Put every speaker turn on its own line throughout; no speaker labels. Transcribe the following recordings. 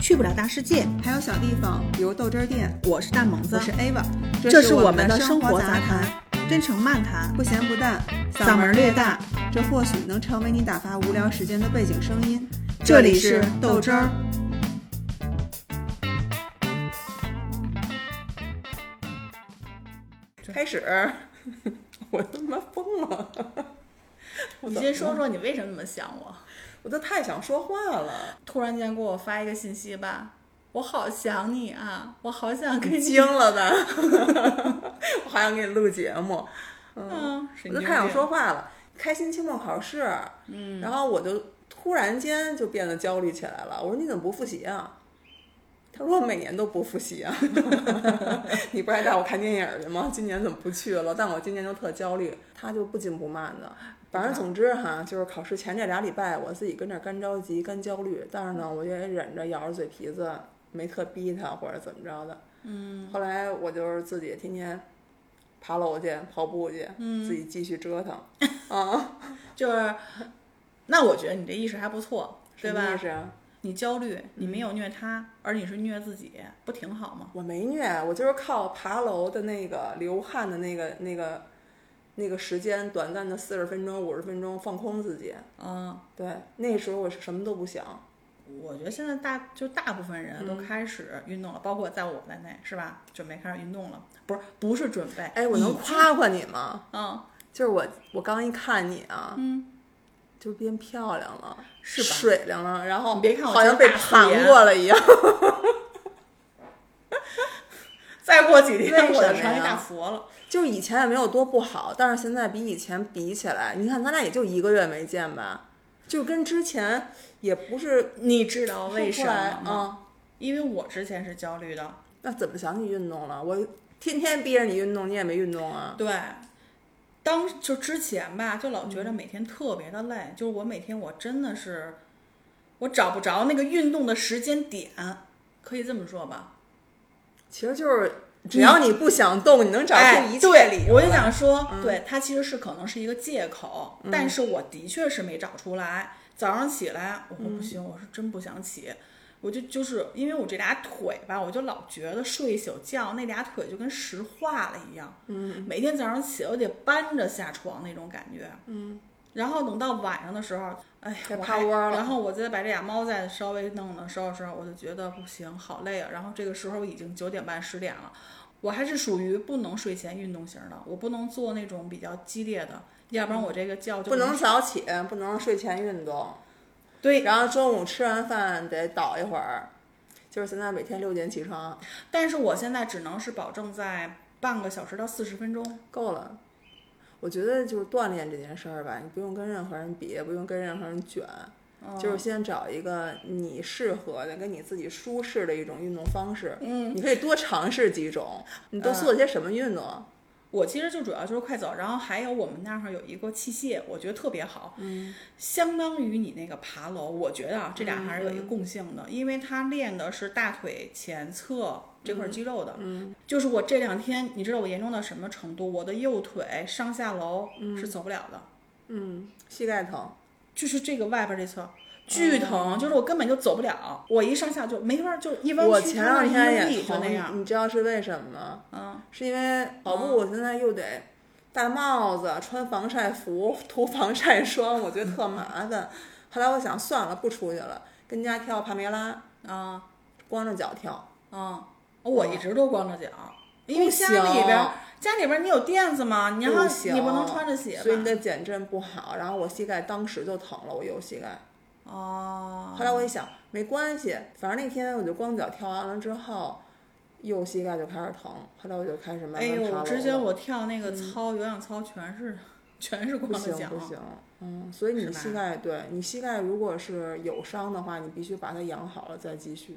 去不了大世界。
还有小地方，比如豆汁儿店。
我是大萌子
我，是 Ava，
这
是
是我
们
们的
生
生活杂
杂
谈，真诚漫谈，
不咸不淡，
嗓门
门
儿略大。
这或许能成为你打发无聊时间的背景声音。
这里是豆汁儿。
开始， 我他妈疯了！
你先说说你为什么那么想我？
我都太想说话了，
突然间给我发一个信息吧，我好想你啊，我好想跟你，
惊了吧？ 我好想给你录节目，
嗯，
我就太想说话了。开心期末考试，嗯，然后我就突然间就变得焦虑起来了。我说你怎么不复习啊？他说我每年都不复习啊。 你不是还带我看电影去吗？今年怎么不去了？但我今年就特焦虑。他就不紧不慢的，反正总之哈，就是考试前这俩礼拜，我自己跟这儿干着急、干焦虑，但是呢，我也忍着，咬着嘴皮子，没特逼他或者怎么着的。嗯。后来我就是自己天天爬楼去、跑步去，
嗯
自己继续折腾。
就是，那我觉得你这意识还不错，对
什么意
吧？
思啊？
你焦虑，你没有虐他，而你是虐自己，不挺好吗？
我没虐，我就是靠爬楼的那个流汗的那个那个那个时间，短暂的四十分钟、五十分钟放空自己。
嗯，
对，那时候我是什么都不想。
我觉得现在大就大部分人都
嗯
开始运动了，包括在我在内，是吧？准备开始运动了，不是不是准备，
哎，我能
已
夸夸你吗？
嗯，
就是我我刚一看你啊，
嗯，
就变漂亮了，
是吧
水灵了，然后
你别看我
好像
今
被
儿大素颜
盘过了一样。
再过几天啊
为
我
什
就
么
成一
呀
大佛了。
就是以前也没有多不好，但是现在比以前比起来，你看咱俩也就一个月没见吧，就跟之前也不是
你知道
说
为
不
什
出来
么吗？
啊。
嗯因为我之前是焦虑的，
那怎么想起运动了？我天天逼着你运动，你也没运动啊。
对，当就之前吧，就老觉得每天特别的累，就是我每天我真的是，我找不着那个运动的时间点，可以这么说吧？
其实就是只要你不想动，你能找
哎，
出一切理
对，
由。嗯
我就想说，对它其实是可能是一个借口，但是我的确是没找出来。早上起来，我说
嗯
不行，我是真不想起。我就就是因为我这俩腿吧，我就老觉得睡一宿觉那俩腿就跟石化了一样，嗯，每天早上起来我得搬着下床那种感觉，嗯，然后等到晚上的时候，哎，
该
我
趴
还
窝了
然后我再把这俩猫再稍微弄的收拾收拾，我就觉得不行，好累啊。然后这个时候已经九点半十点了，我还是属于不能睡前运动型的，我不能做那种比较激烈的，要不然我这个觉就
不能早起，不能睡前运动，
对。
然后中午吃完饭得倒一会儿。就是现在每天六点起床
但是我现在只能是保证在半个小时到四十分钟。
够了。我觉得就是锻炼这件事儿吧，你不用跟任何人比，也不用跟任何人卷，就是先找一个你适合的、跟你自己舒适的一种运动方式。
嗯，
你可以多尝试几种。你都做了些什么运动啊？
我其实就主要就是快走，然后还有我们那儿有一个器械，我觉得特别好，嗯，相当于你那个爬楼，我觉得啊，这俩还是有一个共性的，因为它练的是大腿前侧这块肌肉的，嗯，就是我这两天，你知道我严重到什么程度？我的右腿上下楼是走不了的，
嗯，膝盖疼，
就是这个外边这侧。巨
哦
疼，就是我根本就走不了，我一上下就没法儿，就一弯
我
曲
前
它那
两天
一
也
力就那样嗯
疼，。你知道是为什么吗？嗯，是因为跑步，我现在又得戴帽子、穿防晒服、涂防晒霜，我觉得特麻烦。后来我想算了，不出去了，跟家跳帕梅拉，
啊
光着脚跳。
啊！我一直都光着脚，因为家里
嗯行
边儿家里边儿你有垫子吗？你
不
要
行，
你不能穿着鞋吧？
所以你的减震不好。然后我膝盖当时就疼了，我右膝盖。
哦，
后来我一想，没关系，反正那天我就光脚跳完了之后，右膝盖就开始疼。后来我就开始慢慢
哎
爬楼
呦，
了。嗯
之前我跳那个操有氧操全是 全是光
不
着
行
脚，
不行，嗯，所以你
是吧
膝盖对你膝盖如果是有伤的话，你必须把它养好了再 继续。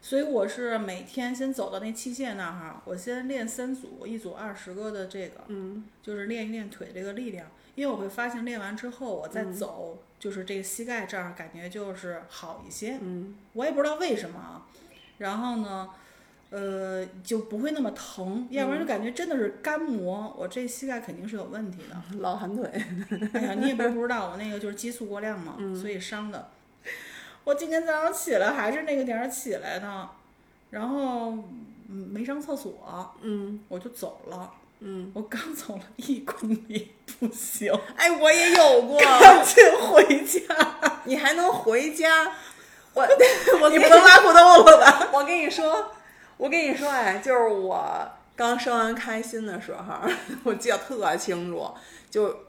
所以我是每天先走到那器械那儿哈，我先练三组，一组二十个的这个，嗯，就是练一练腿这个力量，因为我会发现练完之后我再走，就是这个膝盖这儿感觉就是好一些，
嗯，
我也不知道为什么啊。然后呢，呃，就不会那么疼，要不然就感觉真的是干磨，我这膝盖肯定是有问题的。
老寒腿， 嗯
哎呀，你也不是不知道，我那个就是激素过量嘛，所以伤的。我今天早上起来还是那个点儿起来的，然后嗯没上厕所，
嗯
我就走了。
嗯，
我刚走了一公里步行，
哎，我也 有过，
赶紧回家。
你还能回 家？我 我
你
跟
不能拉裤兜了吧？
我跟你说，我跟你说，哎，就是我刚生完开心的时候， 我记得特清楚，就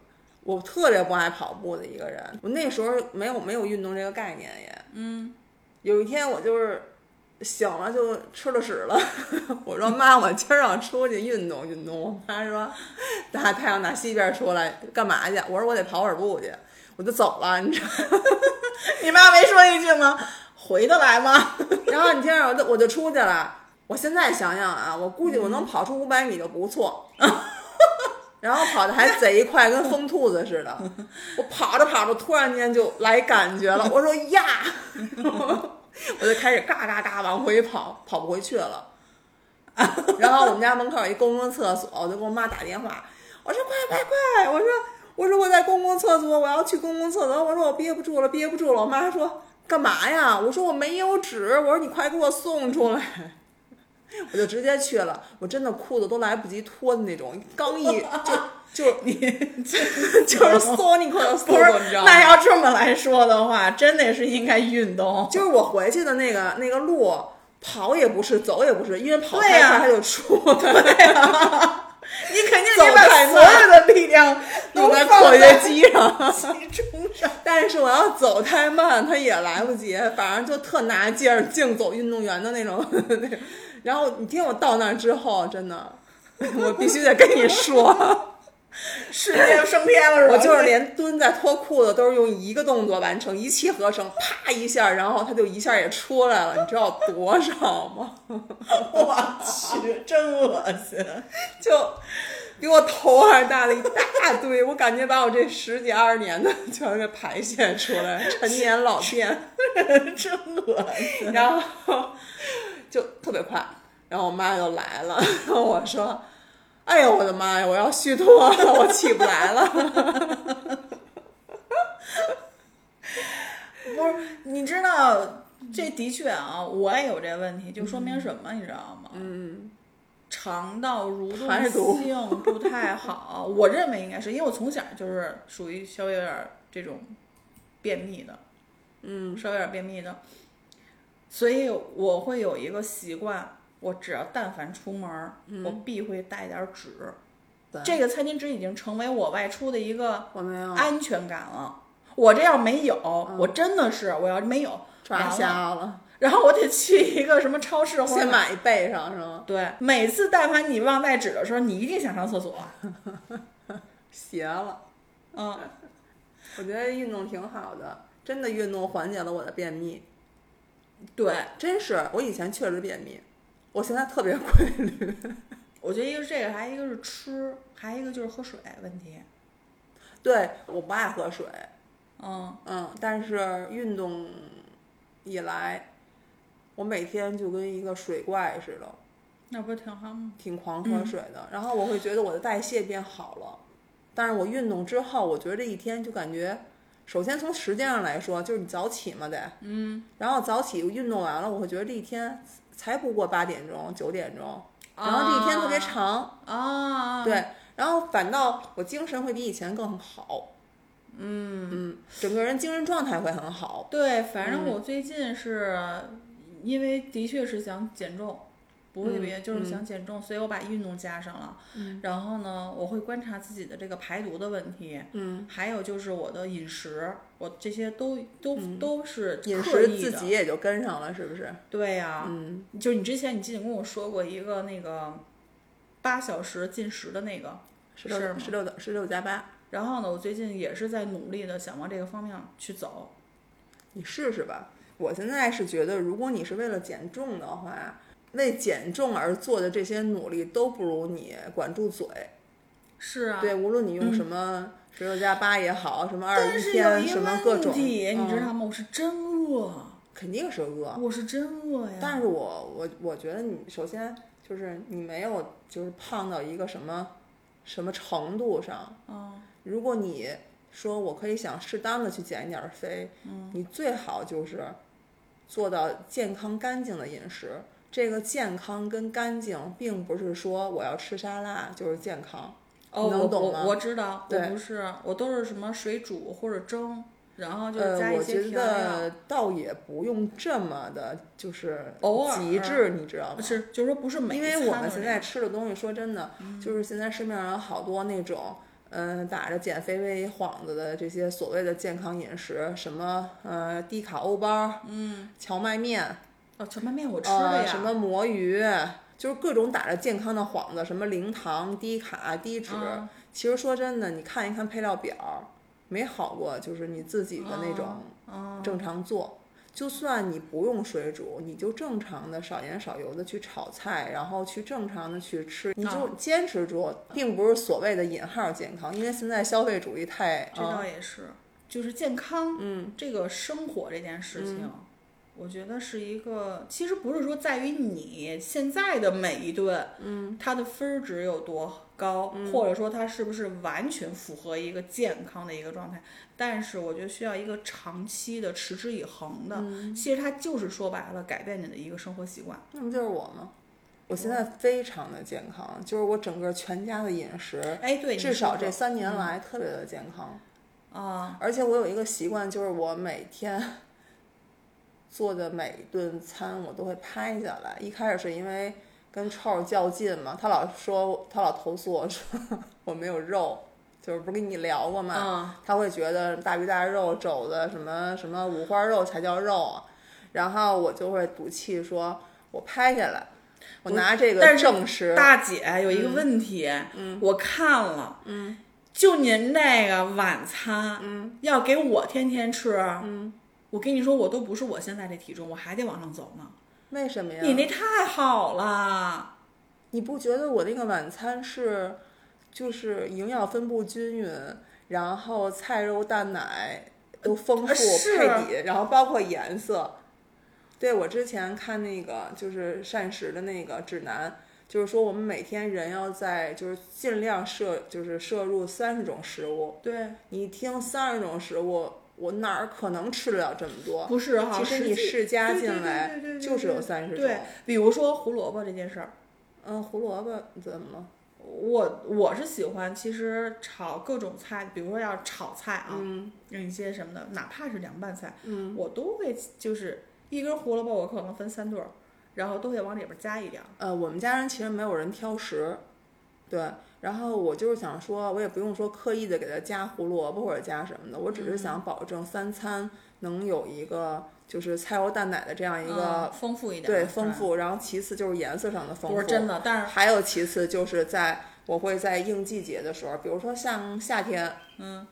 我特别不爱跑步的一个人，我那时候没有没有运动这个概念也，嗯，有一天我就是。醒了就吃了屎了， 我说妈，我今儿要出去运动运动。我妈说，大太阳打西边出来干嘛去？我说我得跑会儿步去，我就走了，你知道吗。
你妈没说一句吗？回得来吗？
然后你听着，我就我就出去了。我现在想想啊，我估计我能跑出五百米就不错， 然后跑的还贼快，跟疯兔子似的。我跑着跑着，突然间就来感觉了，我说呀， 我就开始嘎嘎嘎往回跑，跑不回去了。然后我们家门口有一公共厕所，我就给我妈打电话，我说快快快，我说我说我在公共厕所，我要去公共厕所，我说我憋不住了，憋不住了。我妈说干嘛呀？我说我没有纸，我说你快给我送出来。 我就直接去了，我真的裤子都来不及脱的那种， 刚一就就
你
就是缩你裤子
不
缩
是
了，你知道吗？
那要这么来说的话，真的是应该运动。
就是我回去的那个那个路，跑也不是，走也不是，因为跑
对
太
呀
快它就出了，
你肯定
走
得把
太
所有的力量
弄
都
在
放
括约
在
肌上。
集中上。
但是我要走太慢，它也来不及，反正就特拿劲儿，竞走运动员的那种。 然后你听我到那儿之后，真的，我必须得跟你说，
世界升天了是吧？
我就是连蹲在脱裤子都是用一个动作完成，一气呵成，啪一下，然后它就一下也出来了，你知道多少吗？
我去，真恶心。
就比我头还大的一大堆，我感觉把我这十几二十年的 全给排泄出来，陈年老店，
真恶心！
然后就特别快，然后我妈就来了，然后我说：“哎呦我的妈呀，我要虚脱了，我起不来 了。
不是，你知道这的确啊，我也有这问题，就说明什么，你知道吗？嗯，肠道蠕
排毒
动性不太好，我认为应该是因为我从小就是属于稍微有点儿这种便秘的，嗯，稍微有点儿便秘的，所以我会有一个习惯。我只要但凡出门儿，我必会带点儿纸。”这个餐巾纸已经成为我外出的一个
我没有
安全感了。我这要没有，
嗯
我真的是我要没有
抓
完了
瞎了，
然后我得去一个什么超市或者
先。买一背上是吗？
对，每次但凡你忘带纸的时候，你一定想上厕所。
邪了，
嗯，
我觉得运动挺好的，真的运动缓解了我的便秘。哎
对，
真是，我以前确实便秘，我现在特别 规律。
我觉得一个是这个，还一个是吃，还一个就是喝水问题。
对，我不爱喝水，
嗯，
嗯，但是运动以来，我每天就跟一个水怪似的，
那不是挺好吗？
挺狂喝水的。然后我会觉得我的代谢变好了，但是我运动之后，我觉得这一天就感觉，首先从时间上来说，就是你早起嘛得，嗯，然后早起运动完了，我会觉得这一天才不过八点钟、九点钟，然后这一天特别
啊
长。
啊，
对，然后反倒我精神会比以前更好，嗯嗯，整个人精神状态会很好，嗯
对，反正我最近是、因为的确是想减重，不会
嗯
别、就是想减重，所以我把运动加上了。然后呢，我会观察自己的这个排毒的问题，
嗯，
还有就是我的饮食，我这些都都、都是
嗯饮
刻
食
意
自
的
己也就跟上了，是不是？
对呀、
嗯，
就你之前你记得跟我说过一个那个八小时进食的那个
十
事儿
六
吗
十六的十六加八，
然后呢，我最近也是在努力的想往这个方面去走。
你试试吧。我现在是觉得，如果你是为了减重的话，为减重而做的这些努力都不如你管住嘴。
是啊，
对，无论你用什么十六加八也好，什么二
但
十
是
一
有
天，
一
什
个
么各种，
问题，你知
嗯
道吗？我是真饿，
肯定是饿。
我是真饿呀。
但是我我我觉得你首先就是你没有就是胖到一个什么什么程度上，
嗯，
如
嗯
果你说我可以想适当的去减一点儿肥，你最好就是做到健康干净的饮食。这个健康跟干净，并不是说我要吃沙拉就是健康，
哦，
你能
我
懂吗
我我知道，我
对
不是，我都是什么水煮或者蒸，然后就
呃，
加一
我
些
觉
调料。
得倒也不用这么的，就是
偶尔
极致，你知道吗？
是，就是说不是每一
因为我
餐
们
都
现
这样嗯
在吃的东西，说真的，就是现在市面上有好多那种，嗯、打着减肥为幌子的这些所谓的健康饮食，什么呃低卡欧包，嗯，荞麦面，
哦，荞麦面我吃
呃
了呀，
什么魔芋，就是各种打着健康的幌子，什么零糖、低卡、低脂。
啊
其实说真的，你看一看配料表，没好过就是你自己的那种
哦嗯
正常做。就算你不用水煮，你就正常的少盐少油的去炒菜，然后去正常的去吃，你就
啊
坚持住，并不是所谓的引号健康，因为现在消费主义太
这
啊
倒也是，就是健康，嗯，这个生活这件事
嗯
情，我觉得是一个，其实不是说在于你现在的每一顿，嗯，它的分儿值有多高，
嗯
或者说它是不是完全符合一个健康的一个状态，但是我觉得需要一个长期的持之以恒的，
嗯
其实它就是说白了，改变你的一个生活习惯。
那不就是我吗？我现在非常的健康，就是我整个全家的饮食，
哎，对，你
至少
说
这
说
三年来特别的健康。
啊，
而且我有一个习惯，就是我每天 做的每一顿餐我都会拍下来。一开始是因为跟臭儿较劲嘛，他老说他老投诉我说 我没有肉，就是不是跟你聊过嘛，
嗯
他会觉得大鱼大肉、肘子什么什么五花肉才叫肉啊。然后我就会赌气说，我拍下来，我拿这个
但是
证实。
大姐有一个问题，嗯，我看了，嗯，就您那个晚餐，嗯，要给我天天吃，嗯，我跟你说，我都不是我现在这体重，我还得往上走呢。
为什么呀？
你那太好了，
你不觉得我那个晚餐是，就是营养分布均匀，然后菜肉蛋奶都丰富
呃是
配比，然后包括颜色。对我之前看那个就是膳食的那个指南，就是说我们每天人要在就是尽量摄就是摄入三十种食物。
对，
你一听三十种食物，我哪儿可能吃得了这么多？
不是哈，
其实你
际
世家
对对
进来
对对对对
就是有
对
30种
对，比如说胡萝卜这件事儿。
嗯，胡萝卜怎么了？
我我是喜欢，其实炒各种菜，比如说要炒菜啊，嗯，一些什么的，哪怕是凉拌菜，嗯，我都会就是一根胡萝卜，我可能分三段儿，然后都会往里边儿加一点儿。
呃，我们家人其实没有人挑食，对。然后我就是想说，我也不用说刻意的给他加胡萝卜或者加什么的，我只是
嗯
想保证三餐能有一个就是菜肉蛋奶的这样一个、
嗯丰富一点儿，
对
是吧
丰。富，然后其次就是颜色上的丰富，
不是真的，但是
还有其次就是在我会在应季节的时候，比如说像夏天，
嗯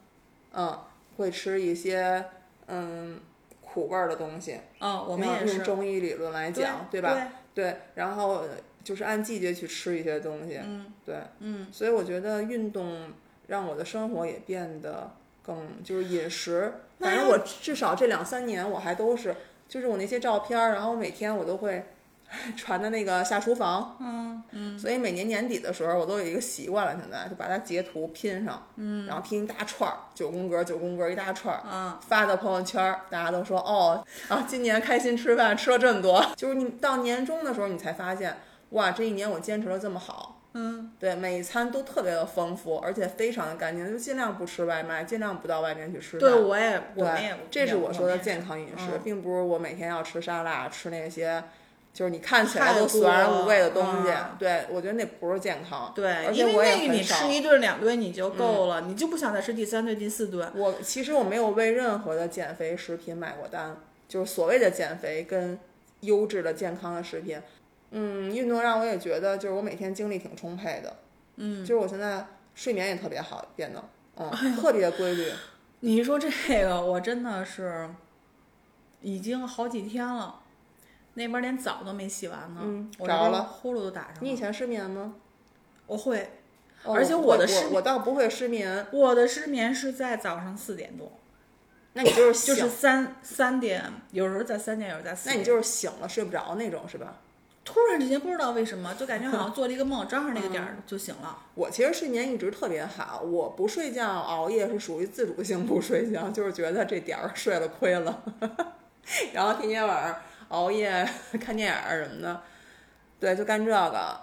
嗯，会吃一些嗯苦味儿的东西。
嗯，我们
要
也
用
是，
中医理论来讲，
对
吧？对，然后呃就是按季节去吃一些东西，
嗯，
对，
嗯，
所以我觉得运动让我的生活也变得更就是饮食，
那
反正
要
我至少这两三年我还都是，就是我那些照片儿，然后每天我都会 传到那个下厨房，
嗯嗯，
所以每年年底的时候我都有一个习惯了，现在就把它截图拼上，嗯，然后拼一大串儿，九宫格九宫格一大串儿，
啊，
发到朋友圈儿，大家都说哦啊，今年开心吃饭吃了这么多， 就是你到年终的时候，你才发现哇，这一年我坚持的这么好，
嗯，
对，每一餐都特别的丰富，而且非常的干净，就尽量不吃外卖，尽量不到外面去吃
对，
饭。
我也，我们也
对，，这是我说
们
的
也
健康饮食，
嗯
并不是我每天要吃沙拉，吃那些就是你看起来
太
都索然无味的
多
东西。
了
对，我觉得那不是健康。
对，
而且
因为
我也
那个
很
你
少
吃一顿两顿你就够了，你就不想再吃第三顿、第四顿。
我其实我没有为任何的减肥食品买过单，就是所谓的减肥跟优质的健康的食品。嗯，运动让我也觉得，就是我每天精力挺充沛的。嗯，就是我现在睡眠也特别好，变得嗯、
哎
特别规律。
你说这个，我真的是已经好几天了，那边连澡都没洗完呢，
嗯
我
着
这边
了
呼噜都打上
你以
了。
前失眠吗？
我会，
哦
而且
我
我的
我
失
我倒不会失眠，
我的失眠是在早上四点多，
那你就是
就
醒，
是三三点，有时候在三点，有时候在四
那
点。
你就是醒了睡不着那种是吧？
突然之间不知道为什么，就感觉好 像做了一个梦，正好那个点
嗯
儿就醒了。
我其实睡眠一直特别好，我不睡觉熬夜是属于自主性不睡觉，就是觉得这点儿睡了亏了。 然后天天晚上熬夜看电影儿什么的，对，就干这个。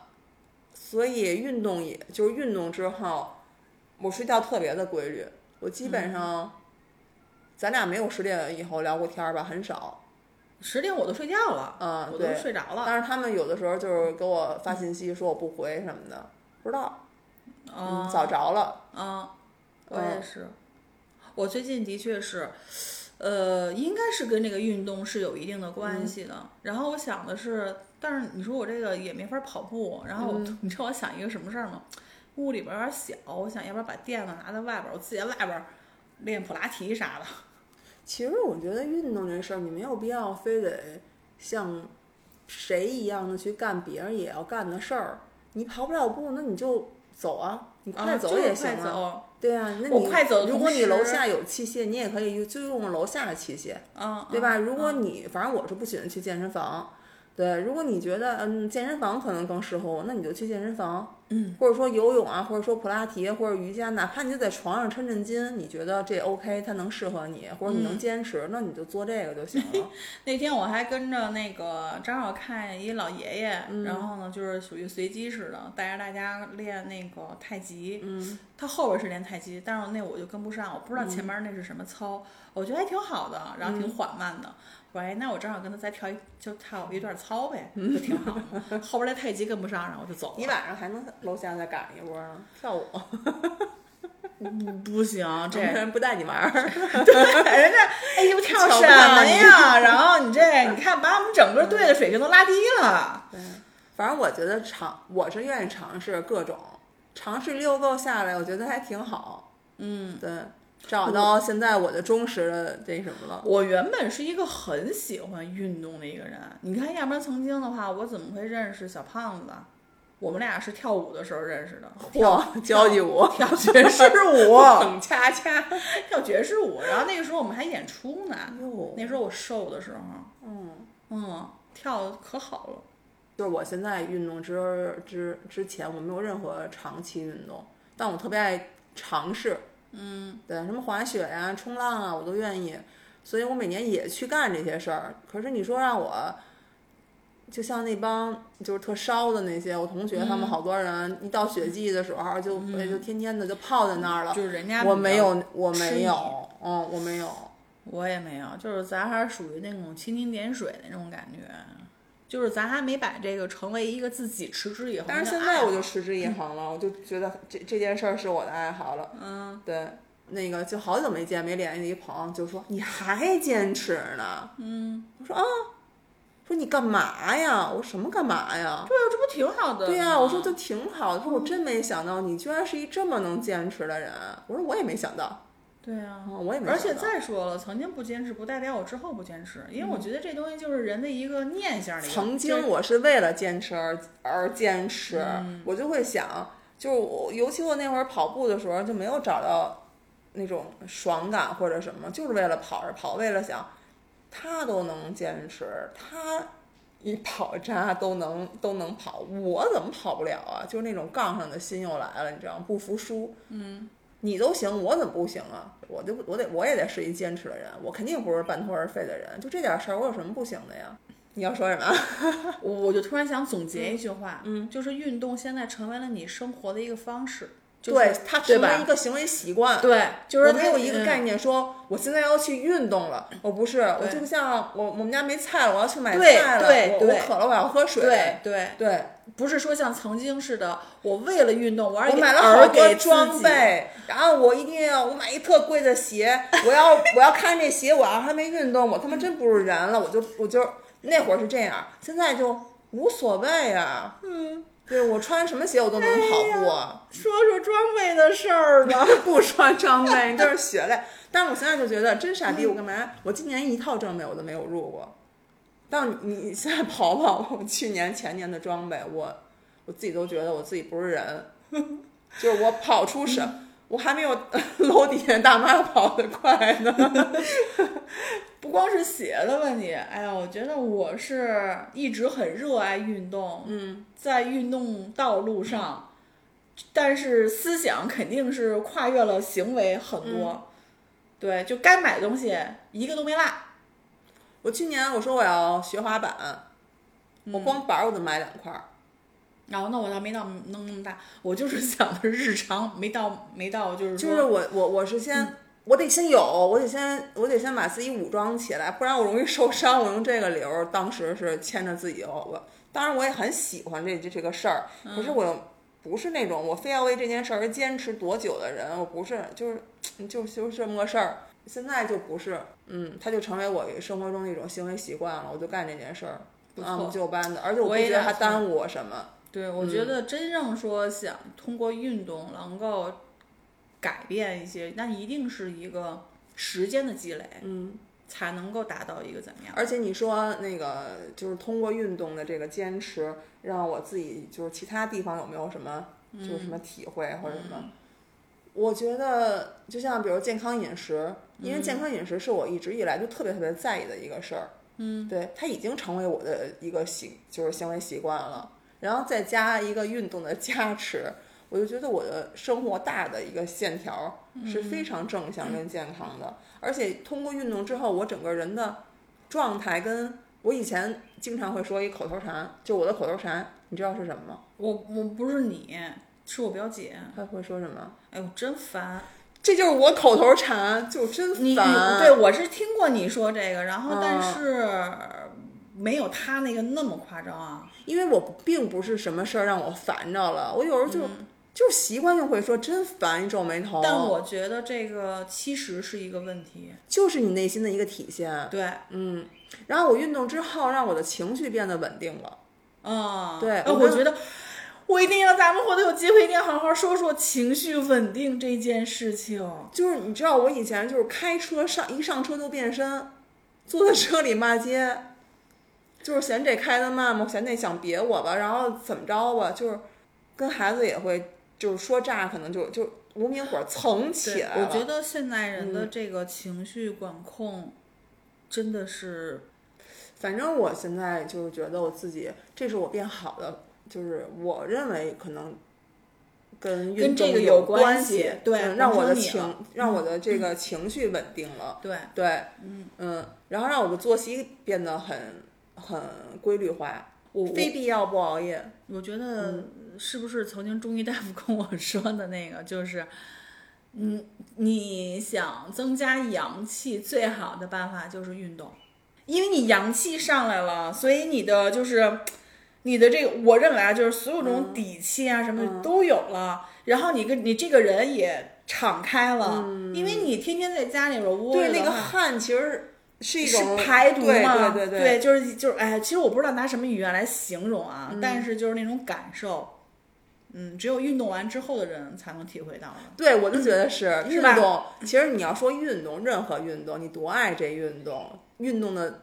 所以运动也就是运动之后，我睡觉特别的规律，我基
嗯
本上，咱俩没有十点以后聊过天儿吧，很少。
十点我都睡觉了，
嗯
我都
对
睡着了，
但是他们有的时候就是给我发信息说我不回什么的，不知道，嗯，
啊
早着了，
啊，我也是，我最近的确是，呃，应该是跟这个运动是有一定的
嗯
关系的。然后我想的是，但是你说我这个也没法跑步，然后我、
嗯
你知道我想一个什么事儿吗？屋里边有点小，我想要不然把垫子拿到外边儿，我自己在外边儿练普拉提啥的。
其实我觉得运动这事儿，你没有必要非得像谁一样的去干别人也要干的事儿。你跑不了步，那你就走啊，你快走也行
啊就是快
啊。
走，
对啊，那你
我快走的
如果
同
你楼
时
下有器械，你也可以就用楼下的器械，
嗯，
对吧？
嗯
如果你反正我是不喜欢去健身房，对，如果你觉得嗯健身房可能更适合我，那你就去健身房，嗯，或者说游泳啊，或者说普拉提或者瑜伽，哪怕你就在床上抻抻筋，你觉得这 OK，它能适合你，或者你能坚持，那你就做这个就行了。
那天我还跟着那个正好看一老爷爷，
嗯
然后呢就是属于随机似的，带着大家练那个太极。嗯，他后边是练太极，但是那我就跟不上，我不知道前面那是什么操，
嗯
我觉得还挺好的，然后挺缓慢的。我说哎，那我正好跟他再跳一就跳一段操呗，就挺好的。后边那太极跟不上，然后我就走
嗯你
了。
晚上还能楼下再赶一波啊，跳舞，
不行，这
没人不带你玩儿。
人家哎呦跳
瞧
什
嗯哎不上
么
你
呀？然后你这你看把我们整个队的水平都拉低了。
反正我觉得尝，我是愿意尝试各种，尝试遛够下来，我觉得还挺好。嗯，对，找到现在我的忠实的那什么了。
我原本是一个很喜欢运动的一个人，你看，要不然曾经的话，我怎么会认识小胖子？我们俩是跳舞的时候认识的，
哇，交际舞，
跳 爵士舞，
等恰恰。
跳爵士舞。然后那个时候我们还演出呢，
哟，
那时候我瘦的时候，
嗯，
嗯，跳的可好了。
就是我现在运动之之之前，我没有任何长期运动，但我特别爱尝试。嗯，对，什么滑雪呀、冲浪啊，我都愿意。所以我每年也去干这些事儿。可是你说让我，就像那帮就是特烧的那些我同学，他们好多人一到雪季的时候就、哎就天天的就泡在那儿了。
嗯就是人家
啊我没，有，我
吃
没
你
有，嗯，我没有。
我也没有，就是咱还是属于那种蜻蜓点水的那种感觉，就是咱还没把这个成为一个自己持之以恒的爱嗯好。
但是现在我就持之以恒了，我就觉得这这件事儿是我的爱好了。嗯，对，那个就好久没见没联系的一朋友就说你还坚持呢？嗯，我说啊，说你干嘛呀？我说什么干嘛呀？
对，哎啊嗯这不挺好的吗？
对呀、我说就挺好。他说我真没想到你居然是一这么能坚持的人。啊我说我也没想到，
对呀、
嗯，我也没想到。嗯
而且再说了，曾经不坚持不代表我之后不坚持，因为我觉得这东西就是人的一个念想的一个。
曾
就是嗯
经我是为了坚持而而坚持，我就会想，就是我，尤其我那会儿跑步的时候就没有找到那种爽感或者什么，就是为了跑而跑，为了想他都能坚持，他一跑渣都能都能跑，我怎么跑不了啊？就是那种杠上的心又来了，你知道吗？不服输，嗯。你都行，我怎么不行啊？我就我得我也得是一坚持的人，我肯定不是半途而废的人。就这点事儿，我有什么不行的呀？你要说什么？
我我就突然想总结一句话，嗯，就是运动现在成为了你生活的一个方式，就是、
对，它
对
成为
吧
一个行为习惯。
对，嗯就是
我没有一个概
念。
念说，我现在要去运动了。我不是，我
对
就像我我们家没菜了，我要去买
对
菜了。
对
我
对
我渴了，我要喝水。
对对，
对
不是说像曾经似的，我为了运动，我而
我买了
而
好
给
多
自己
装，备，然后我一定要我买一特贵的鞋，我要我要看这鞋，我要还没运动，我他妈真不是人了，我就我就那会儿是这样，现在就无所谓啊，嗯，对我穿什么鞋我都能
哎
跑步啊。
说说装备的事儿吧。
不穿装备，你这是血泪。但是我现在就觉得真傻逼，我干嘛？我今年一套装备我都没有入过。但你你现在跑跑我去年前年的装备，我我自己都觉得我自己不是人， 就是我跑出什，我还没有 楼底下大妈跑得快呢。
不光是鞋的问题，哎呀，我觉得我是一直很热爱运动，嗯，在运动道路上，但是思想肯定是跨越了
嗯
行为很多，对，就该买东西一个都没落，
我去年我说我要学滑板，我光板儿我就买两块儿，
然后那我倒没到弄那么大，我就是想的日常没到没到，就是
就
说
是我我我是先、
嗯
我得先有，我得先我得先把自己武装起来，不然我容易受伤。我用这个理由，当时是牵着自己游。我当然我也很喜欢这这这个事儿，
嗯
可是我又不是那种我非要为这件事而坚持多久的人，我不是，就是就就是这么个事儿。现在就不是，嗯，它就成为我生活中的一种行为习惯了，我就干这件事儿，
不
按
错
部就班的，而且我不
我也
觉得它
打算
耽误我什么。
对，我
嗯
觉得真正说想通过运动能够改变一些，那一定是一个时间的积累，
嗯，
才能够达到一个怎么样？
而且你说那个就是通过运动的这个坚持，让我自己就是其他地方有没有什么就是什么体会或者什么？我觉得就像比如健康饮食，因为健康饮食是我一直以来就特别特别在意的一个事儿。嗯，对，它已经成为我的一个习就是行为习惯了。然后再加一个运动的 加持，我就觉得我的生活大的一个线条是非常正向跟健康的。而且通过运动之后，我整个人的状态跟我以前经常会说一口头禅，就我的口头禅，你知道是什么吗？
我我不是你，是我表姐，
他会说什么？
哎呦真烦！
这就是我口头禅，就真
你你
烦。
对我是听过你说这个，然后但
嗯
是没有他那个那么夸张啊。
因为我并不是什么事儿让我烦着了，我有时候就、就习惯性会说真烦，你皱眉
嗯
头。
但我觉得这个其实是一个问题，
就是你内心的一个体现。
对，
嗯，然后我运动之后，让我的情绪变得稳定了。
啊、
对
哎
我
我
跟
觉得我一定要，咱们回头有机会一定要好好说说情绪稳定这件事情。
就是你知道，我以前就是开车上一上车就变身，坐在车里骂街，就是嫌这开的慢嘛，嫌那想别我吧，然后怎么着吧，就是跟孩子也会就是说炸，可能就就无名火蹭起
对
来
我
了。嗯
觉得现代人的这个情绪管控真的是，
反正我现在就是觉得我自己，这是我变好的，就是我认为可能跟运
跟这
动
个有
有
关系
系，
对
嗯
我
让我
说
的
你
情
了嗯
让我的这个情绪稳定了，
对，
对，嗯然后让我的作息变得很很规律化，
我我
非必要不熬夜，
我觉得
嗯
是不是曾经中医大夫跟我说的那个，就是，嗯，你想增加阳气，最好的办法就是运动，因为你阳气上来了，所以你的就是你的这个，我认为啊，就是所有这
嗯
种底气啊什么的都有了，然后你跟你这个人也敞开了，因为你天天在家里边窝着
嗯对
的
那个
话
汗其实是一
是
种
排毒
对
嘛？
对对
对，就是就是，哎，其实我不知道拿什么语言来形容啊，但是就是那种感受，嗯，只有运动完之后的人才能体会到的。
对，我就觉得是运
嗯是吧
动。其实你要说运动，任何运动，你多爱这运动，运动的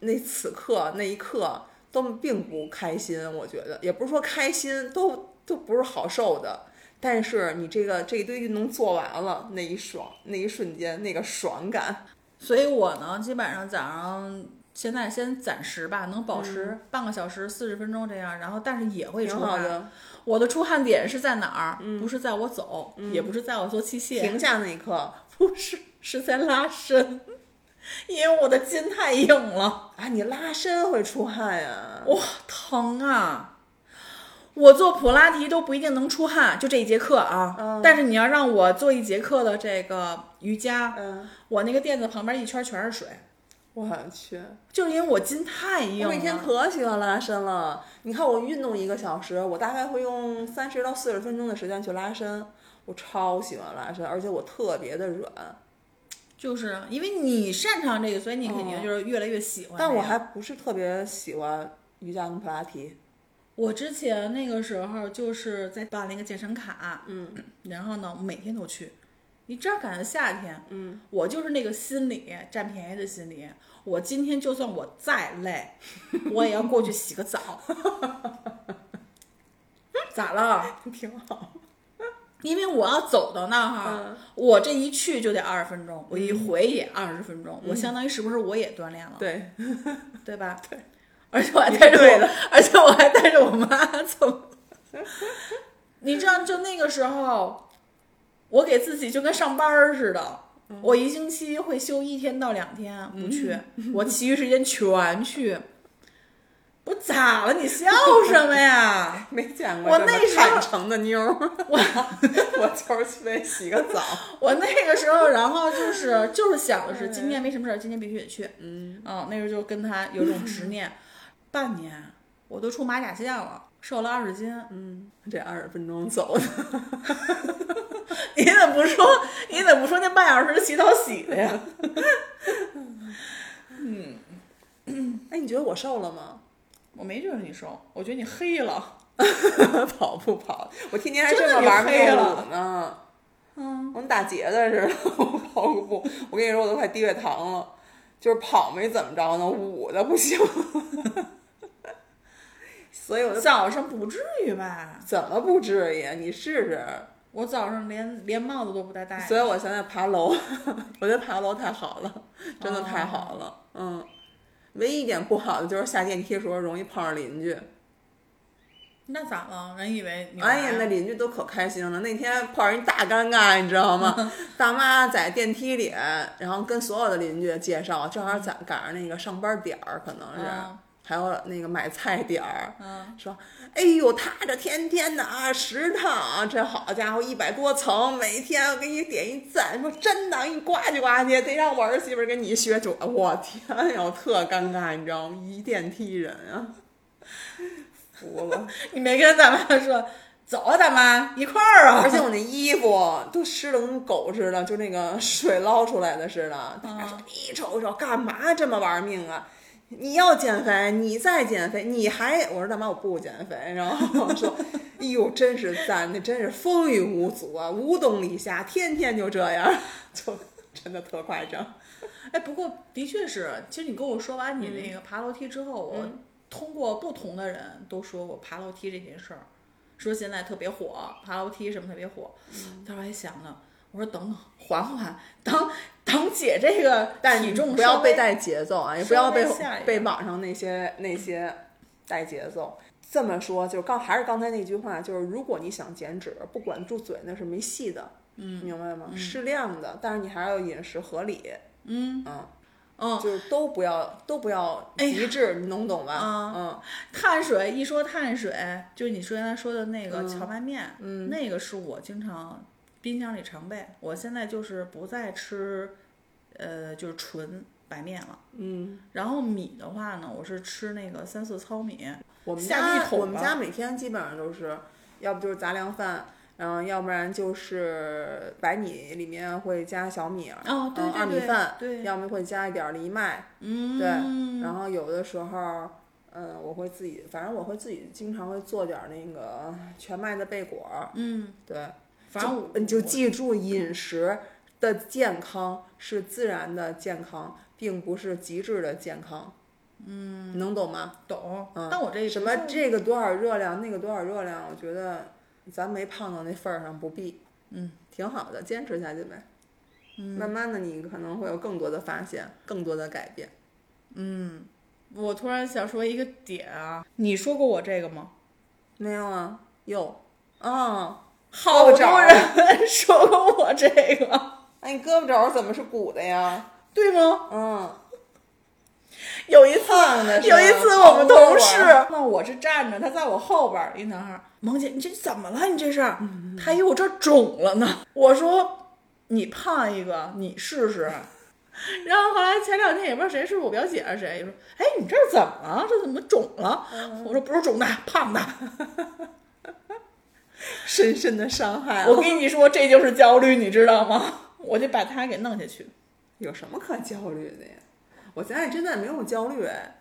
那此刻那一刻都并不开心，我觉得也不是说开心，都都不是好受的。但是你这个这一堆运动做完了，那一爽，那一瞬间那个爽感，
所以我呢，基本上早上现在先暂时吧，能保持半个小时、四十分钟这样，然后但是也会
挺
出
好
汗。
的。
我嗯的出嗯汗点是在哪儿？不是在我走，也不是在我做器械，
停下那一刻
不是，是在拉伸， 因为我的筋太硬了。
啊，你拉伸会出汗呀、
哇，疼啊！我做普拉提都不一定能出汗，就这一节课啊。
嗯
但是你要让我做一节课的这个瑜伽，
嗯，
我那个垫子旁边一圈全是水，
我去。
就是因为我筋太硬
我每天
了。
可喜欢拉伸了。你看我运动一个小时，我大概会用三十到四十分钟的时间去拉伸。我超喜欢拉伸，而且我特别的软，
就是因为你擅长这个，所以你肯定就是越来越喜欢这个、
哦但我还不是特别喜欢瑜伽跟普拉提。
我之前那个时候就是在办了一个健身卡，嗯， 然后呢，我每天都去。你知道赶上夏天，嗯，我就是那个心理占便宜的心理。我今天就算我再累，我也要过去洗个澡。 咋了？
挺好。
因为我要走到那儿，我这一去就得二十分钟，我一回也二十分钟，我相当于是不是我也锻炼了，
对，
对 吧？对。而且我还带着
对
我
的，
而且我还带着我妈走。你知道，就那个时候，我给自己就跟上班儿似的，
嗯
我一星期会休一天到两天，啊不去，
嗯
我其余时间全去。我咋了？你笑什么呀？
没见过
我
这么
那时候
坦诚的妞儿，
我
我就是去洗个澡。
我那个时候，然后就是就是想的是今天没什么事儿，今天必须得去。
哎嗯，
嗯，那时候就跟他有一种执 念，半年我都出马甲线了，瘦了二十斤。
嗯， 这二十分钟走的，
你怎么不说？你怎么不说那半小时洗澡洗的 呀？
嗯哎，你觉得我瘦了吗？
我没觉得你瘦，我觉得你黑了。
跑不跑？我天天还这
真的
么
你
玩
黑
命
了
舞呢。
嗯，
我跟打结的似的，我 跑个步，我跟你说我都快低血糖了，就是跑没怎么着呢，舞的不行。 所以我就
早上不至于吧？
怎么不至于？啊你试试。
我早上连连帽子都不带戴。
所以我现在爬楼， 我觉得爬楼太好了，真的太好了。嗯，唯一一点不好的就是下电梯的时候容易碰上邻居。
那咋了？人以为你
哎呀，那邻居都可开心了。那天碰上一大尴尬，你知道 吗？大妈在电梯里，然后跟所有的邻居介绍，正好赶赶上那个上班点儿，可能是，
嗯
还有那个买菜点儿，
嗯，
说，哎呦，他这天天的啊，十趟啊，这好家伙，一百多层，每天我给你点一赞，说真的，你呱唧呱唧，得让我儿媳妇儿跟你学主。我天呀，我特尴尬，你知道吗？一电梯人啊，服了。
你没跟大妈说走啊，大妈一块儿啊。
而且我那衣服都湿的跟狗似的，就那个水捞出来的似的。
嗯
大家说：“你瞅瞅，干嘛这么玩命啊？你要减肥，你再减肥，你还……”我说：“大妈，我不减肥。”然后说：“ 哎呦，真是赞，那真是风雨无阻啊，无冬立夏，天天就这样，就真的特夸张。
哎，不过的确是，其实你跟我说完你
嗯
那个爬楼梯之后，我通过不同的人都说我爬楼梯这件事儿，说现在特别火，爬楼梯什么特别火。
嗯
当时还想呢，我说等等，缓缓，当当姐这个
但
体
你
重
不要
稍
被
微
带节奏啊，也不要被
稍微下一点
被网上那些那些带节奏。这么说，就是刚还是刚才那句话，就是如果你想减脂，不管住嘴那是没戏的，嗯，明白吗？适量的，但是你还要饮食合理，嗯
嗯
就是都不要都不要
哎呀
极致，你能懂吧？
啊
嗯，
碳水一说碳水，就是你说刚才说的那个荞麦面，
嗯
那个是我经常冰箱里常备。我现在就是不再吃，呃，就是纯白面了。
嗯，
然后米的话呢，我是吃那个三色糙米。
我们
下地
家
桶
我们
吧
家每天基本上都是，要不就是杂粮饭。然后，要不然就是白米里面会加小米儿，
哦，对
嗯
对
二
对，
米饭，
对，
要么会加一点儿藜麦，
嗯，
对然后有的时候，嗯，我会自己，反正我会自己经常会做点儿那个全麦的贝果儿，
嗯，
对，
反正
就
我
你就
我
记住饮食的健康是自然的健康，并不是极致的健康，嗯，能懂吗？
懂，
嗯
但我这也
什
不
么
算
这个多少热量，那个多少热量，我觉得咱没胖到那份儿上，不必，
嗯，
挺好的，坚持下去呗。慢慢的，你可能会有更多的发现，更多的改变。
我突然想说一个点啊，你说过我这个吗？
没有啊，有啊，
好啊
找
多人 说过我这个，
哎，你胳膊肘怎么是鼓的呀？
对吗？
嗯，
有一次，
胖的是吧
有一次我们同事
胖，
那我是站着，他在我后边儿，一男孩儿，萌姐，你这怎么了？你这是？他以为我这儿肿了呢。我说你胖一个，你试啊试。 然后后来前两天也不知道谁是我表姐还是谁，说，哎，你这儿怎么了？这怎么肿了？我说不是肿的，胖的。
深深的伤害
我
了。
跟你说，这就是焦虑，你知道吗？ 我得把他给弄下 去。
有什么可焦虑的呀？我现在真的没有焦虑，哎，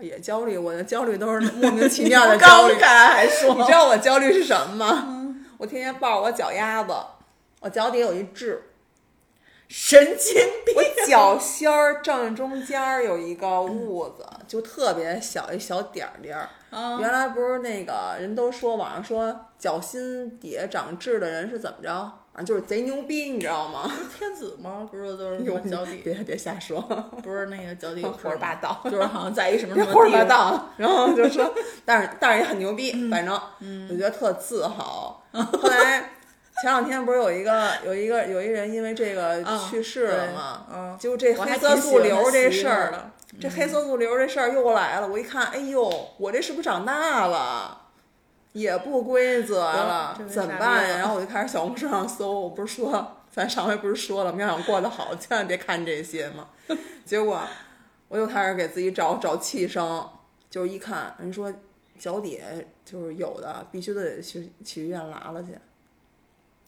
也焦虑，我的焦虑都是莫名其妙的焦虑
刚。才 还说，
你知道我焦虑是什么吗？我天天抱着我脚丫子，我脚底有一痣，
神经 病。
我脚心儿正中间儿有一个痦子，就特别小一小点儿点儿。
啊
原来不是那个人都说网上说脚心底下长痣的人是怎么着？啊，就是贼牛逼，你知道吗？
天子吗？不是都是什
有
么 脚底
别别瞎说，
不是那个脚底
胡说八道
就是好像在一什么
别
什么
胡说八
地方。
道。 然后就
嗯
说，但是但是也很牛逼，反正我觉得特自豪。后来前两天不是有一个有一个有一人因为这个
啊
去世了
对
吗？
嗯
就这
我
黑
还
色
挺喜
素
欢
瘤
他
这
媳
事
妇
儿
儿的，
这黑色素瘤这事儿又来了。我一看，哎呦，我这是不是长大了？也不规则了
这，回
怎么
傻逼啊
办呀？
了
然后我就开始小红书上搜，我不是说咱上回不是说了吗，要想过得好，千万别看这些嘛。结果我又开始给自己找找气声，就是一看人说脚底就是有的，必须得去去医院拉了去。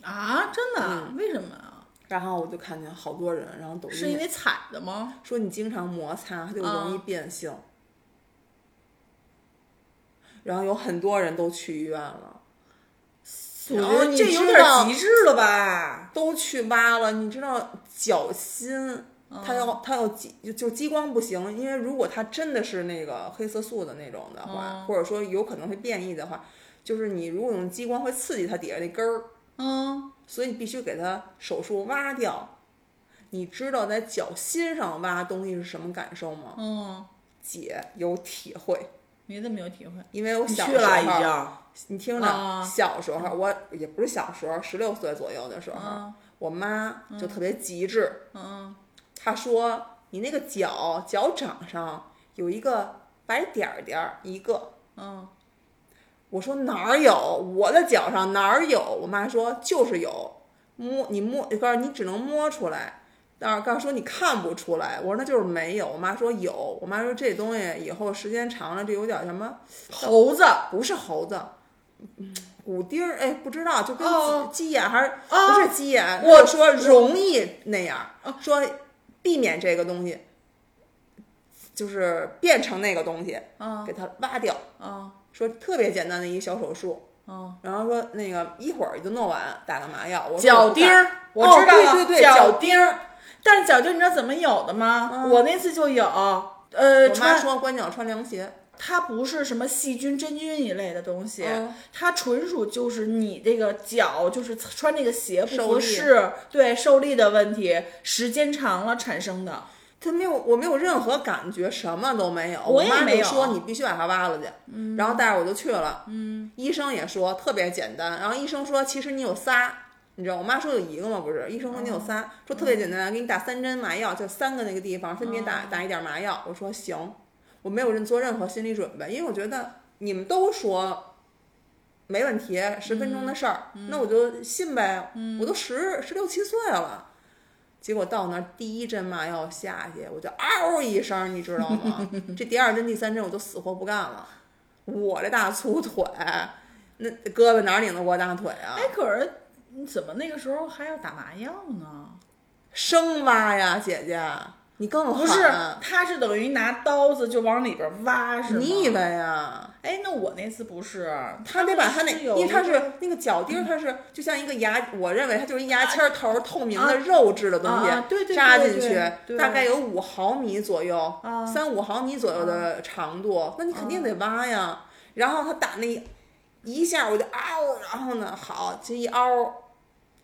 啊，真的啊？为什么啊？
然后我就看见好多人，然后抖音
是因为踩的吗？
说你经常摩擦，它就容易变性。然后有很多人都去医院了，
我
然
觉
后
得
你
哦这有
知
点
道
极致了吧？
都去挖了。你知道脚心，它要它要激就就激光不行，因为如果它真的是那个黑色素的那种的话，或者说有可能会变异的话，就是你如果用激光会刺激它底下那根儿，
嗯，
所以你必须给它手术挖掉。你知道在脚心上挖东西是什么感受吗？
嗯，
姐有体会，
你怎么有体会？
因为我
你
小
去
时
了已
候，
经，
你听着，
啊
小时候我也不是小时候，十六岁左右的时候，
啊
我妈就特别极致，
嗯，
她说你那个脚脚掌上有一个白点儿点儿一个，
嗯，
我说哪儿有？我的脚上哪儿有？我妈说就是有，摸你摸，告诉你只能摸出来，但是告诉说你看不出来。我说那就是没有。我妈说有，我妈说这东西以后时间长了就有点什么。
猴子
不是猴子，嗯，骨钉儿，哎，不知道，就跟鸡,、
哦
眼还是、
哦
不是鸡眼？
我哦
就说容易那样，说避免这个东西，就是变成那个东西，
嗯
给它挖掉，
嗯
说特别简单的一个小手术。
嗯，
然后说那个一会儿就弄完，打个麻药。我说
脚
我不
钉
干
儿，我知道
哦、对
了，
对对，
脚
钉。
钉儿。嗯但是脚钉儿你知道怎么有的吗？我那次就有，呃，
我妈
穿
说关脚穿凉鞋，
它不是什么细菌、真菌一类的东西，
嗯
它纯属就是你这个脚就是穿这个鞋不合
受
适，对受力的问题，时间长了产生的。
他没有，我没有任何感觉，什么都没有。
我也
妈
没
就
有嗯
说你必须把它挖了去，然后带着我就去了。嗯，医生也说特别简单，然后医生说其实你有仨，你知道我妈说有一个嘛不是，医生说你有仨，
哦
说特别
嗯
简单，给你打三针麻药，就三个那个地方分别
哦
打、打一点麻药。我说行，我没有任做任何心理准备，因为我觉得你们都说。没问题，十分
嗯
钟的事儿，那我就信呗。我都十十六七岁了，结果到那儿第一针麻药下去，我就嗷一声，你知道吗？ 这第二针、第三针我就死活不干了。我这大粗腿，那胳膊哪拧得过大腿啊
哎？，可是你怎么那个时候还要打麻药呢？
生挖呀，姐姐，你更
不是
狠，，啊
它是等于拿刀子就往里边挖，是吗？
你以为啊？
哎，那我那次不是，
他得把他那，
是
因
有
为
一
他
个
是那个脚钉儿，它是就像一个牙，我认为它就是一牙签儿头儿透明
啊
的肉质的东西
啊对对对
扎进
对
去，
对啊
大概有五毫米左右，三五毫米左右的长度，那你肯定得挖呀。然后他打那一一下，我就嗷，然后呢，好，这一嗷，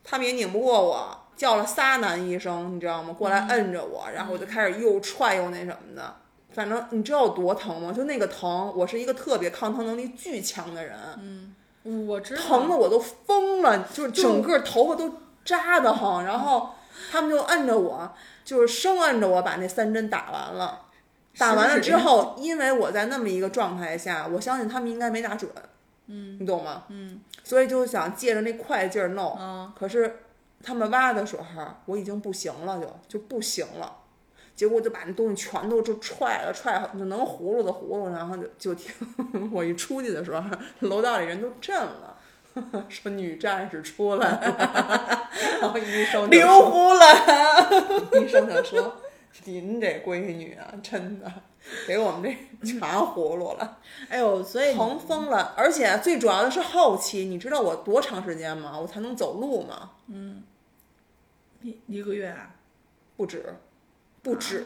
他们也拧不过我，叫了仨男医生，你知道吗？
嗯
过来摁着我，然后我就开始又踹又那什么的。反正你知道有多疼吗？就那个疼，我是一个特别抗疼能力巨强的人，
嗯我知道
疼的我都疯了，就是整个头发都扎的慌。然后他们就摁着我，就是生摁着我把那三针打完了。打完了之后，因为我在那么一个状态下，我相信他们应该没打准，嗯，你懂吗？嗯，所以就想借着那快劲儿弄，
嗯
可是他们挖的时候，我已经不行了就，就不行了。结果就把那东西全都就踹了，踹了就能葫芦的葫芦，然后就就听 我一出去的时候，楼道里人都震了， 说女战士出来了，然后啊医生 就
刘
说
胡兰，
医生就说：“您这闺女啊，真的给我们这全葫芦了，
哎呦， 所以
疼疯了。而且最主要的是后期，你知道我多长时间吗？我才能走路吗？
一一个月啊，
不止，不止，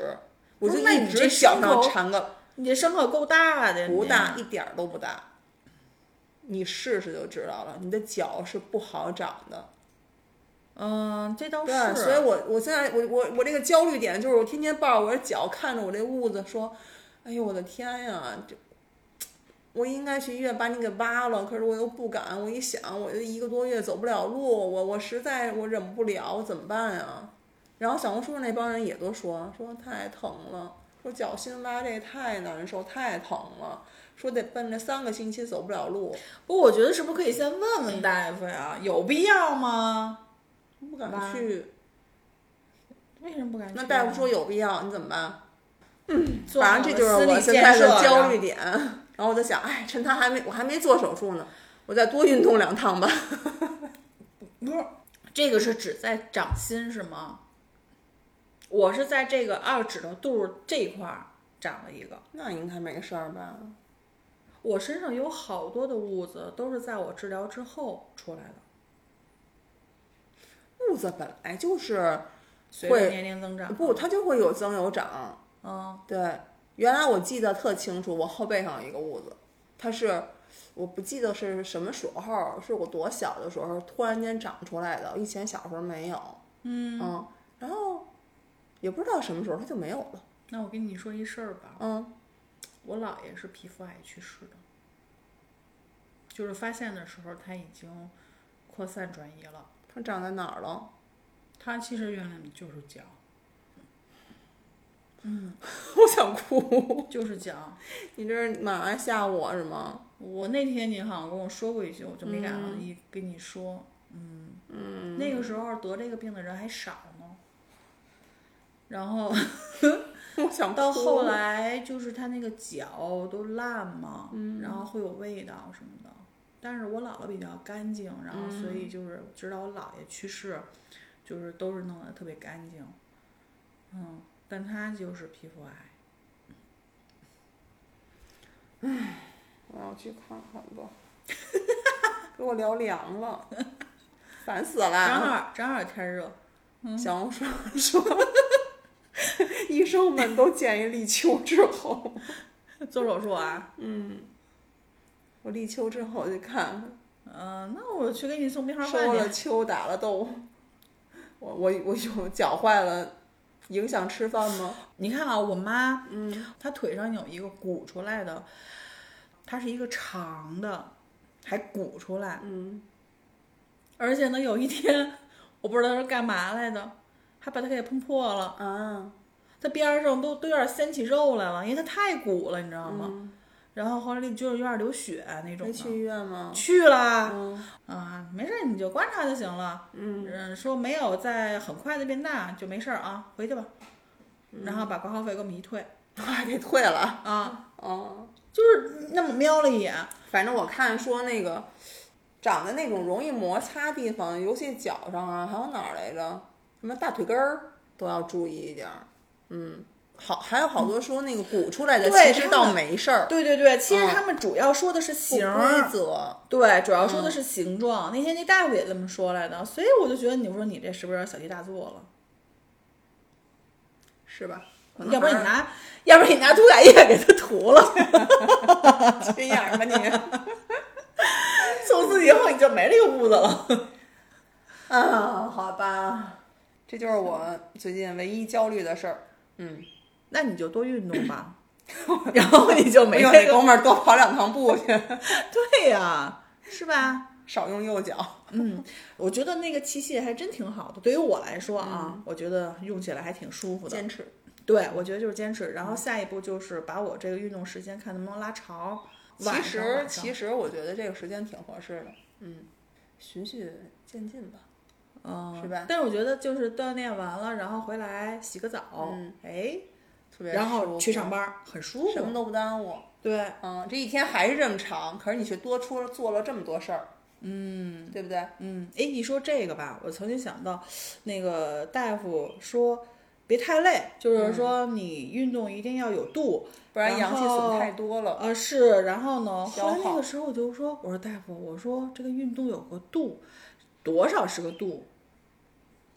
我
不
就是
那
一
你这嗯
直脚
伤
上
口
缠个
你这伤口够大的，
不
你
大，一点儿都不大。你试试就知道了，你的脚是不好长的。”
嗯，这倒
对，
是，
所以我我现在我我我这个焦虑点就是我天天抱着我的脚看着我这屋子说，哎呦我的天呀，这我应该去医院把你给挖了，可是我又不敢。我一想，我这一个多月走不了路，我我实在我忍不了，我怎么办啊？然后小红书上那帮人也都说说太疼了，说脚心挖这太难受，太疼了，说得奔着三个星期走不了路，
不，我觉得是不是可以先问
嗯
问大夫呀？有必要吗？
不敢
挖
去。
为什么不敢去啊？
那大夫说有必要，你怎么办？
做好
反
了心
正这
理建设，
就是我现在的焦虑点。然后我就想，哎，趁他还没我还没做手术呢，我再多运动两趟吧。
不是，这个是指在掌心是吗？我是在这个二指头肚儿这一块儿长了一个，
那应该没事儿吧？
我身上有好多的痦子都是在我治疗之后出来的，
痦子本来就是
随着
会
年龄增长。
不，，它就会有增有长。
嗯，
对，原来我记得特清楚，我后背上有一个痦子，它是我不记得是什么时候，是我多小的时候突然间长出来的，以前小时候没有。嗯然后也不知道什么时候它就没有了。
那我跟你说一事儿吧，
嗯，
我姥爷是皮肤癌去世的，就是发现的时候他已经扩散转移了，
它长在哪儿了？
他其实原来就是脚，
我想哭。
就是脚。
你这是马上吓我是 吗？
我那天你好像跟我说过一句，我就没敢
嗯
一跟你说。嗯嗯，那个时候得这个病的人还少呢。然后
我想哭
到后来就是他那个脚都烂嘛，
嗯
然后会有味道什么的。但是我姥姥比较干净，然后所以就是直到我姥爷去世，就是都是弄得特别干净。嗯，但他就是皮肤癌。
我要去看看吧。 给我聊凉了，烦死了
正。好正好天热，嗯
小红书说， 医生们都建议立秋之后，
做手术啊。
我立秋之后去看
嗯，那我去给你送冰
看，
箱
收
饭去。
了秋打了豆。我我我有脚坏了，影响吃饭吗？
你看啊，我妈，嗯，她腿上有一个鼓出来的，它是一个长的，还鼓出来。
嗯，
而且呢，有一天 我不知道她是干嘛来的，还把它给碰破了，
啊，
它边儿上都都有点掀起肉来了，因为它太鼓了，你知道吗？然后后来就是有点流血那种
嗯
的。
没去医院吗？
去了、
嗯
啊，没事儿你就观察就行了。嗯，说没有在很快的变大就没事儿啊，回去吧。
嗯
然后把挂号费给我们一退
我 还给退了。
啊，
哦、
就是那么瞄了一眼，
反正我看说那个长的那种容易摩擦地方，尤其脚上啊，还有哪儿来着？什么大腿根儿都要注意一点儿。嗯，好，还有好多说那个鼓出来的，
对
其实
他
倒
们
没事儿，
对对对，其实
嗯
他们主要说的是
不
形儿
规则。嗯
对，主要说的是形状。那天那大夫也这么说来的，所以我就觉得你说你这是不是有点小题大做了？
是吧？
要不然你拿，要不然你拿涂改液给它涂了，
拿这样吧你。
从此以后你就没这个痦子了。
啊，好吧，这就是我最近唯一焦虑的事儿。嗯，
那你就多运动吧， 然后你就没
没有
这
那
个
哥们儿多跑两趟步去，
对呀、是吧？
少用右脚。
嗯，我觉得那个器械还真挺好的。对于我来说啊，我觉得用起来还挺舒服的。
坚持。
对，我觉得就是坚持。然后下一步就是把我这个运动时间看能不能拉长。
其实其
实，
实我觉得这个时间挺合适的，嗯，循序渐进吧。
嗯，
是吧
但是我觉得就是锻炼完了，然后回来洗个澡，
嗯
哎，
特别
然
舒
后
服
去上班儿，很舒
什
服
么。都不耽误。
对，
嗯，这一天还是这么长，可是你却多出了做了这么多事儿，嗯，对不对？
嗯，哎，一说这个吧，我曾经想到，那个大夫说别太累，
嗯
就是说你运动一定要有度，
不然阳气损太多了。
呃，是，然后呢，
消
后来那
耗
个时候我就说，我说大夫，我说这个运动有个度，多少是个度，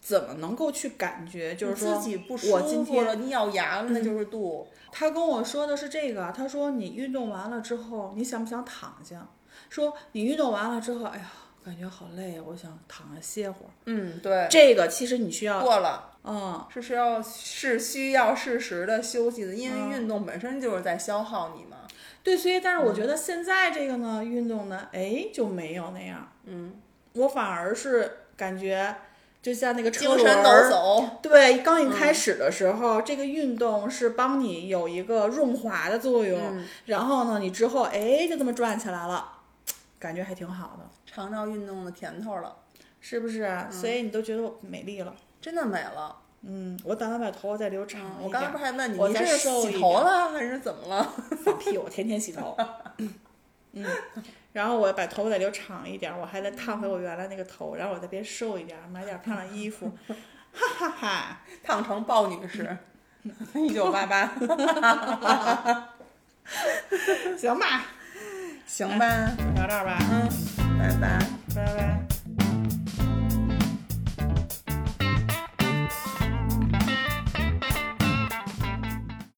怎么能够去感觉？就是说
自己不舒
我今
服了，
天嗯
你咬牙了，那就是度。
他跟我说的是这个，他说你运动完了之后，你想不想躺下？说你运动完了之后，哎呀，感觉好累啊，我想躺下歇会儿。呃
嗯，对，
这个其实你需要，
过了
嗯，
是是
嗯
要是需要适时的休息的，因为运动本身就是在消耗你嘛。
对，所以但是我觉得现在这个呢，运动呢，哎就没有那样，
嗯，
我反而是感觉就像那个车
精
轮
神抖
儿
擞，
对，刚一开始的时候，这个运动是帮你有一个润滑的作用，然后呢，你之后哎就这么转起来了，感觉还挺好的，嗯
尝到运动的甜头了，
是不是？啊所以你都觉得我美丽了。
真的美了。
嗯，我打算把头发再留长一点。
嗯我刚才不是还问你，
嗯我
你
再
这是
瘦一
洗头
点
了还是怎么了？
放屁，我天天洗头。 嗯，然后我把头发再留长一点，我还得烫回我原来那个头，然后我再变瘦一点，买点漂亮衣服， 哈哈哈。
烫成鲍女士，一九八八，
行吧，
行吧，
聊这儿吧，
拜拜。
拜拜。